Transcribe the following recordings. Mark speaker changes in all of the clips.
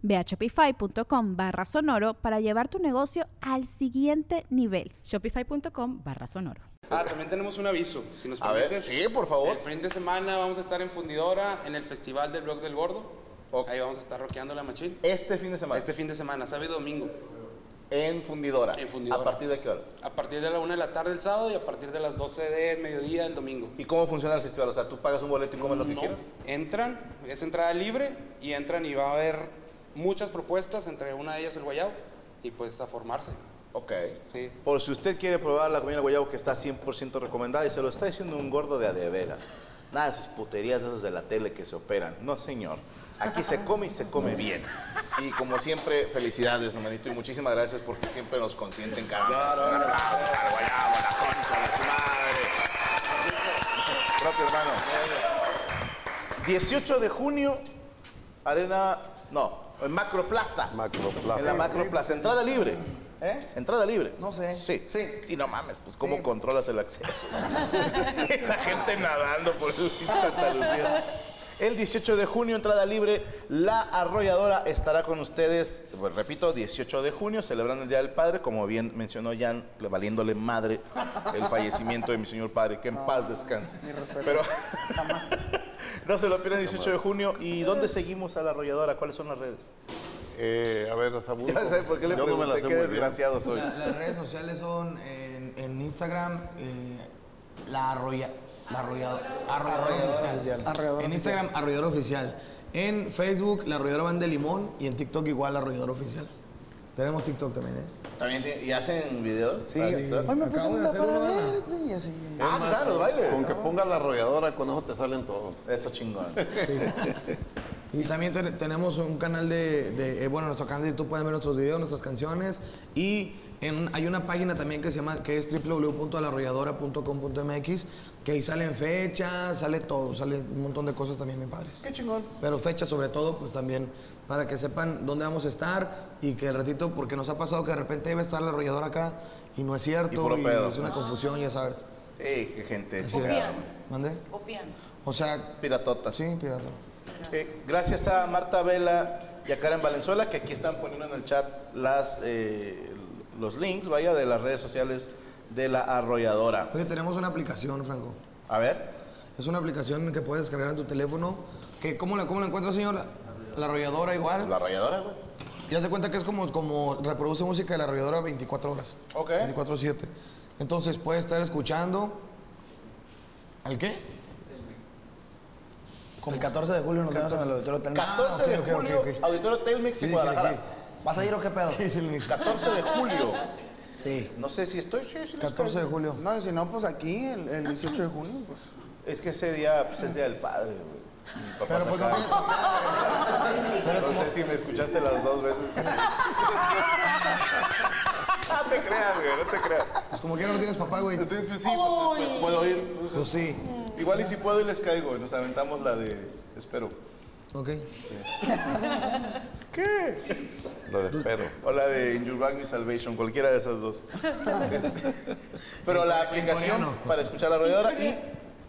Speaker 1: Ve a shopify.com barra sonoro para llevar tu negocio al siguiente nivel.
Speaker 2: Shopify.com barra sonoro.
Speaker 3: Ah, también tenemos un aviso. Si nos
Speaker 4: A ver,
Speaker 3: permites.
Speaker 4: sí, por favor.
Speaker 3: El fin de semana vamos a estar en Fundidora, en el Festival del Blog del Gordo.
Speaker 4: Ok.
Speaker 3: Ahí vamos a estar rockeando la machín.
Speaker 4: Este fin de semana.
Speaker 3: Este fin de semana, sábado y domingo.
Speaker 4: En fundidora.
Speaker 3: En Fundidora.
Speaker 4: ¿A partir de qué hora?
Speaker 3: A partir de la 1 de la tarde el sábado y a partir de las 12 de mediodía el domingo.
Speaker 4: ¿Y cómo funciona el festival? O sea, tú pagas un boleto y comes lo que
Speaker 3: No,
Speaker 4: quieras.
Speaker 3: entran, es entrada libre y entran y va a haber muchas propuestas, entre una de ellas el guayabo, y pues a formarse.
Speaker 4: Ok.
Speaker 3: Sí.
Speaker 4: Por si usted quiere probar la comida del guayabo que está 100% recomendada y se lo está diciendo un gordo de adeveras. Nada de sus puterías de esas de la tele que se operan. No, señor. Aquí se come y se come bien. Y como siempre, felicidades, hermanito. Y muchísimas gracias porque siempre nos consienten cada vez. Un aplauso para el guayabo, la concha de su madre. Propio hermano. 18 de junio, Arena. No, en Macroplaza.
Speaker 5: Macroplaza.
Speaker 4: En la Macroplaza. Entrada libre.
Speaker 5: ¿Eh?
Speaker 4: Entrada libre.
Speaker 5: No sé.
Speaker 4: Sí.
Speaker 5: Sí.
Speaker 4: Sí, no mames, pues cómo
Speaker 5: Sí.
Speaker 4: controlas el acceso. la gente nadando por el Santa Lucía. El 18 de junio, entrada libre, la arrolladora estará con ustedes, pues, repito, 18 de junio, celebrando el Día del Padre, como bien mencionó Jan, le- valiéndole madre el fallecimiento de mi señor padre, que en paz descanse. Pero
Speaker 5: Jamás.
Speaker 4: no se lo pierdan el 18 de junio. ¿Y dónde seguimos a la arrolladora? ¿Cuáles son las redes?
Speaker 5: Eh, a ver, hasta
Speaker 4: Ya sé por qué le pregunté, qué desgraciado soy.
Speaker 6: La- las redes sociales son eh, en, en Instagram, eh, la arrolla, la arrolladora,
Speaker 5: Arrolladora
Speaker 6: arrolladora oficial.
Speaker 5: Oficial. Arrolladora
Speaker 6: en Instagram, arrolladora oficial. En Facebook, la arrolladora van de limón y en TikTok igual, la arrolladora oficial. Tenemos TikTok también, ¿eh?
Speaker 4: ¿También te- ¿Y hacen videos?
Speaker 5: Sí.
Speaker 4: Ah,
Speaker 5: Hoy me puse
Speaker 6: Acabo de
Speaker 5: una
Speaker 6: hacer
Speaker 5: para
Speaker 6: una.
Speaker 5: verte y así.
Speaker 4: Ah, sí, saben los bailes.
Speaker 7: Con que pongas la arrolladora, con eso te salen todos.
Speaker 4: Eso chingón.
Speaker 6: Y también ten- tenemos un canal de, de, eh, bueno, nuestro canal de YouTube pueden ver nuestros videos, nuestras canciones y en- hay una página también que se llama que es www.alarrolladora.com.mx que ahí salen fechas, sale todo, sale un montón de cosas también, bien padres.
Speaker 4: Qué chingón.
Speaker 6: Pero fecha sobre todo, pues también para que sepan dónde vamos a estar y que el ratito, porque nos ha pasado que de repente iba a estar la arrolladora acá y no es cierto,
Speaker 4: Y puro pedo.
Speaker 6: es una confusión, ya sabes.
Speaker 4: Sí, qué gente.
Speaker 6: Así es. ¿Mande?
Speaker 8: Copiando.
Speaker 6: O sea,
Speaker 4: Piratotas.
Speaker 6: sí, pirata.
Speaker 4: Eh, gracias a Marta Vela y a Karen Valenzuela, que aquí están poniendo en el chat las, eh, los links, vaya, de las redes sociales de la arrolladora.
Speaker 6: Oye, tenemos una aplicación, Franco.
Speaker 4: A ver.
Speaker 6: Es una aplicación que puedes descargar en tu teléfono. Que, ¿cómo, la, ¿Cómo la encuentras, señor? La, la arrolladora igual.
Speaker 4: La arrolladora, güey.
Speaker 6: Ya se cuenta que es como, como reproduce música de la arrolladora 24 horas.
Speaker 4: Ok.
Speaker 6: 24-7. Entonces puedes estar escuchando. ¿Al qué?
Speaker 5: Como el 14 de julio nos vemos en el auditorio
Speaker 4: Ah,
Speaker 5: Telmex.
Speaker 4: 14 de
Speaker 6: Ah, ok, ok,
Speaker 4: julio,
Speaker 6: ok.
Speaker 4: Auditorio Telmex y
Speaker 5: Sí,
Speaker 4: Guadalajara.
Speaker 5: ¿Vas a ir o qué pedo?
Speaker 4: 14 de julio.
Speaker 5: Sí.
Speaker 4: No sé si estoy. sí, sí, no
Speaker 6: 14 de
Speaker 4: estoy.
Speaker 6: julio.
Speaker 5: No, si no, pues aquí, el, el 18 de junio, pues.
Speaker 4: Es que ese día pues, es día del padre, güey. Mi papá
Speaker 6: Pero pues no
Speaker 4: sacaba-
Speaker 6: tienes. Pero
Speaker 4: No
Speaker 6: como-
Speaker 4: sé si me escuchaste las dos veces. no te creas, güey, no te creas.
Speaker 6: pues como quiera no tienes papá, güey.
Speaker 4: Sí, pues, sí, pues, pues, puedo ir.
Speaker 6: Pues sí.
Speaker 4: Igual y si puedo y les caigo. Nos aventamos la de... Espero.
Speaker 6: Ok.
Speaker 7: Lo espero.
Speaker 4: O la de In Your Bag Me Salvation, cualquiera de esas dos. Este, Pero la aplicación
Speaker 6: coreano.
Speaker 4: para escuchar la rodeadora y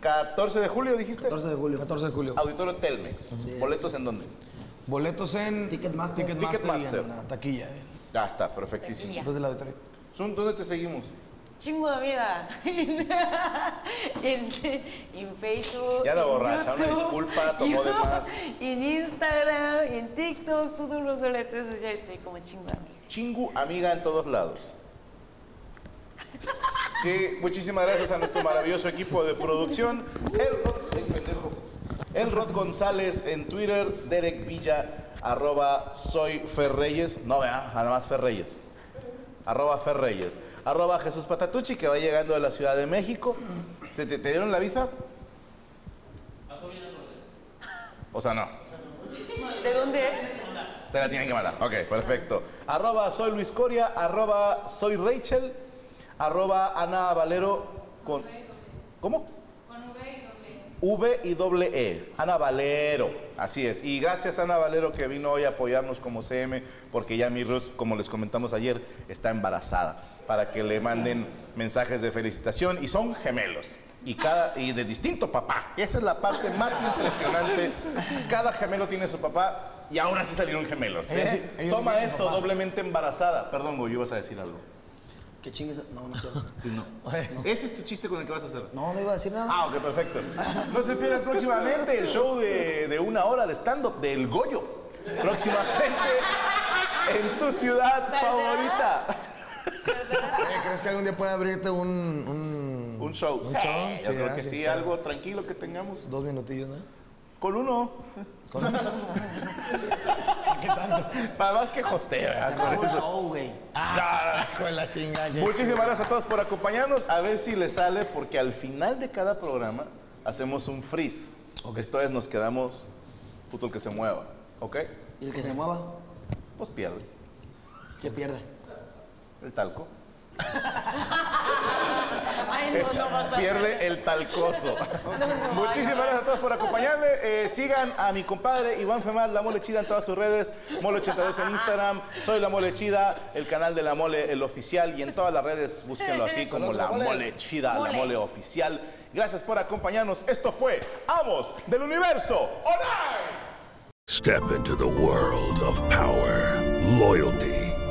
Speaker 4: 14 de julio, dijiste.
Speaker 6: 14 de julio. 14 de julio.
Speaker 4: Auditorio Telmex. ¿Boletos en dónde?
Speaker 6: Boletos en.
Speaker 5: Ticketmaster.
Speaker 6: Ticketmaster. Y en
Speaker 4: Ticketmaster.
Speaker 6: la taquilla. eh.
Speaker 4: Ya está, perfectísimo.
Speaker 6: Después del auditorio.
Speaker 4: Sun, ¿dónde te seguimos?
Speaker 8: Chingo de vida. en, en Facebook.
Speaker 4: Ya la
Speaker 8: en
Speaker 4: borracha, una
Speaker 8: YouTube,
Speaker 4: disculpa, tomó de
Speaker 8: yo-
Speaker 4: más.
Speaker 8: En Instagram, en TikTok, todos los de las redes sociales estoy como chingo de amiga.
Speaker 4: Chingu, amiga en todos lados. que muchísimas gracias a nuestro maravilloso equipo de producción. Elrod, ay, pendejo. Elrod González en Twitter, Derek Villa, arroba soy Ferreyes. No, vea, nada más Ferreyes. Arroba Ferreyes. Arroba Jesús Patatucci, que va llegando de la Ciudad de México. ¿Te, te- te dieron la visa? O sea, no.
Speaker 8: ¿De dónde es?
Speaker 4: Te la tienen que mandar. Ok, perfecto. Arroba soy Luis Coria, arroba soy Rachel, arroba Ana Valero con... ¿Cómo? Con V y doble E. Ana Valero. Así es. Y gracias Ana Valero que vino hoy a apoyarnos como CM, porque ya mi Ruth, como les comentamos ayer, está embarazada. Para que le manden mensajes de felicitación. Y son gemelos. Y, cada, y de distinto papá. Esa es la parte más impresionante. Cada gemelo tiene su papá. Y ahora sí salieron gemelos.
Speaker 5: Ella
Speaker 4: ¿eh?
Speaker 5: sí- ella
Speaker 4: Toma
Speaker 5: tiene su
Speaker 4: eso,
Speaker 5: papá.
Speaker 4: doblemente embarazada. Perdón, Goyo, ibas a decir algo.
Speaker 5: Que chingues. No, no quiero.
Speaker 4: Oye, Ese es tu chiste con el que vas a hacer.
Speaker 5: No, no iba a decir nada.
Speaker 4: Ah, ok, perfecto. No se pierdan próximamente el show de, de una hora de stand-up del Goyo. Próximamente en tu ciudad favorita.
Speaker 6: Oye, ¿Crees que algún día puede abrirte un, un-
Speaker 4: Un show.
Speaker 6: Un show,
Speaker 4: Yo
Speaker 6: sí,
Speaker 4: creo
Speaker 6: ah,
Speaker 4: que
Speaker 6: sí,
Speaker 4: sí,
Speaker 6: claro.
Speaker 4: algo tranquilo que tengamos.
Speaker 6: dos minutillos, no?
Speaker 4: Con uno. Para más que hosteo. ¿verdad?
Speaker 5: Acabó el show, güey.
Speaker 4: Ah.
Speaker 6: Con la chingada. que-
Speaker 4: Muchísimas gracias a todos por acompañarnos. A ver si les sale, porque al final de cada programa hacemos un freeze. Esto es, nos quedamos puto el que se mueva. ¿Ok?
Speaker 5: Y el que se mueva,
Speaker 4: Pues pierde.
Speaker 5: que pierde.
Speaker 4: El talco.
Speaker 8: Ay, no, no vas a
Speaker 4: Pierde el talcoso. Muchísimas gracias a todos por acompañarme. Eh, sigan a mi compadre Iván Femal, La Mole Chida en todas sus redes. Mole82 en Instagram. Soy La Mole Chida, el canal de La Mole, el oficial. Y en todas las redes, búsquenlo así como La Mole Chida, La Mole Oficial. Gracias por acompañarnos. Esto fue Amos del Universo. ¡Online!
Speaker 9: Step into the world of power, loyalty,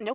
Speaker 10: No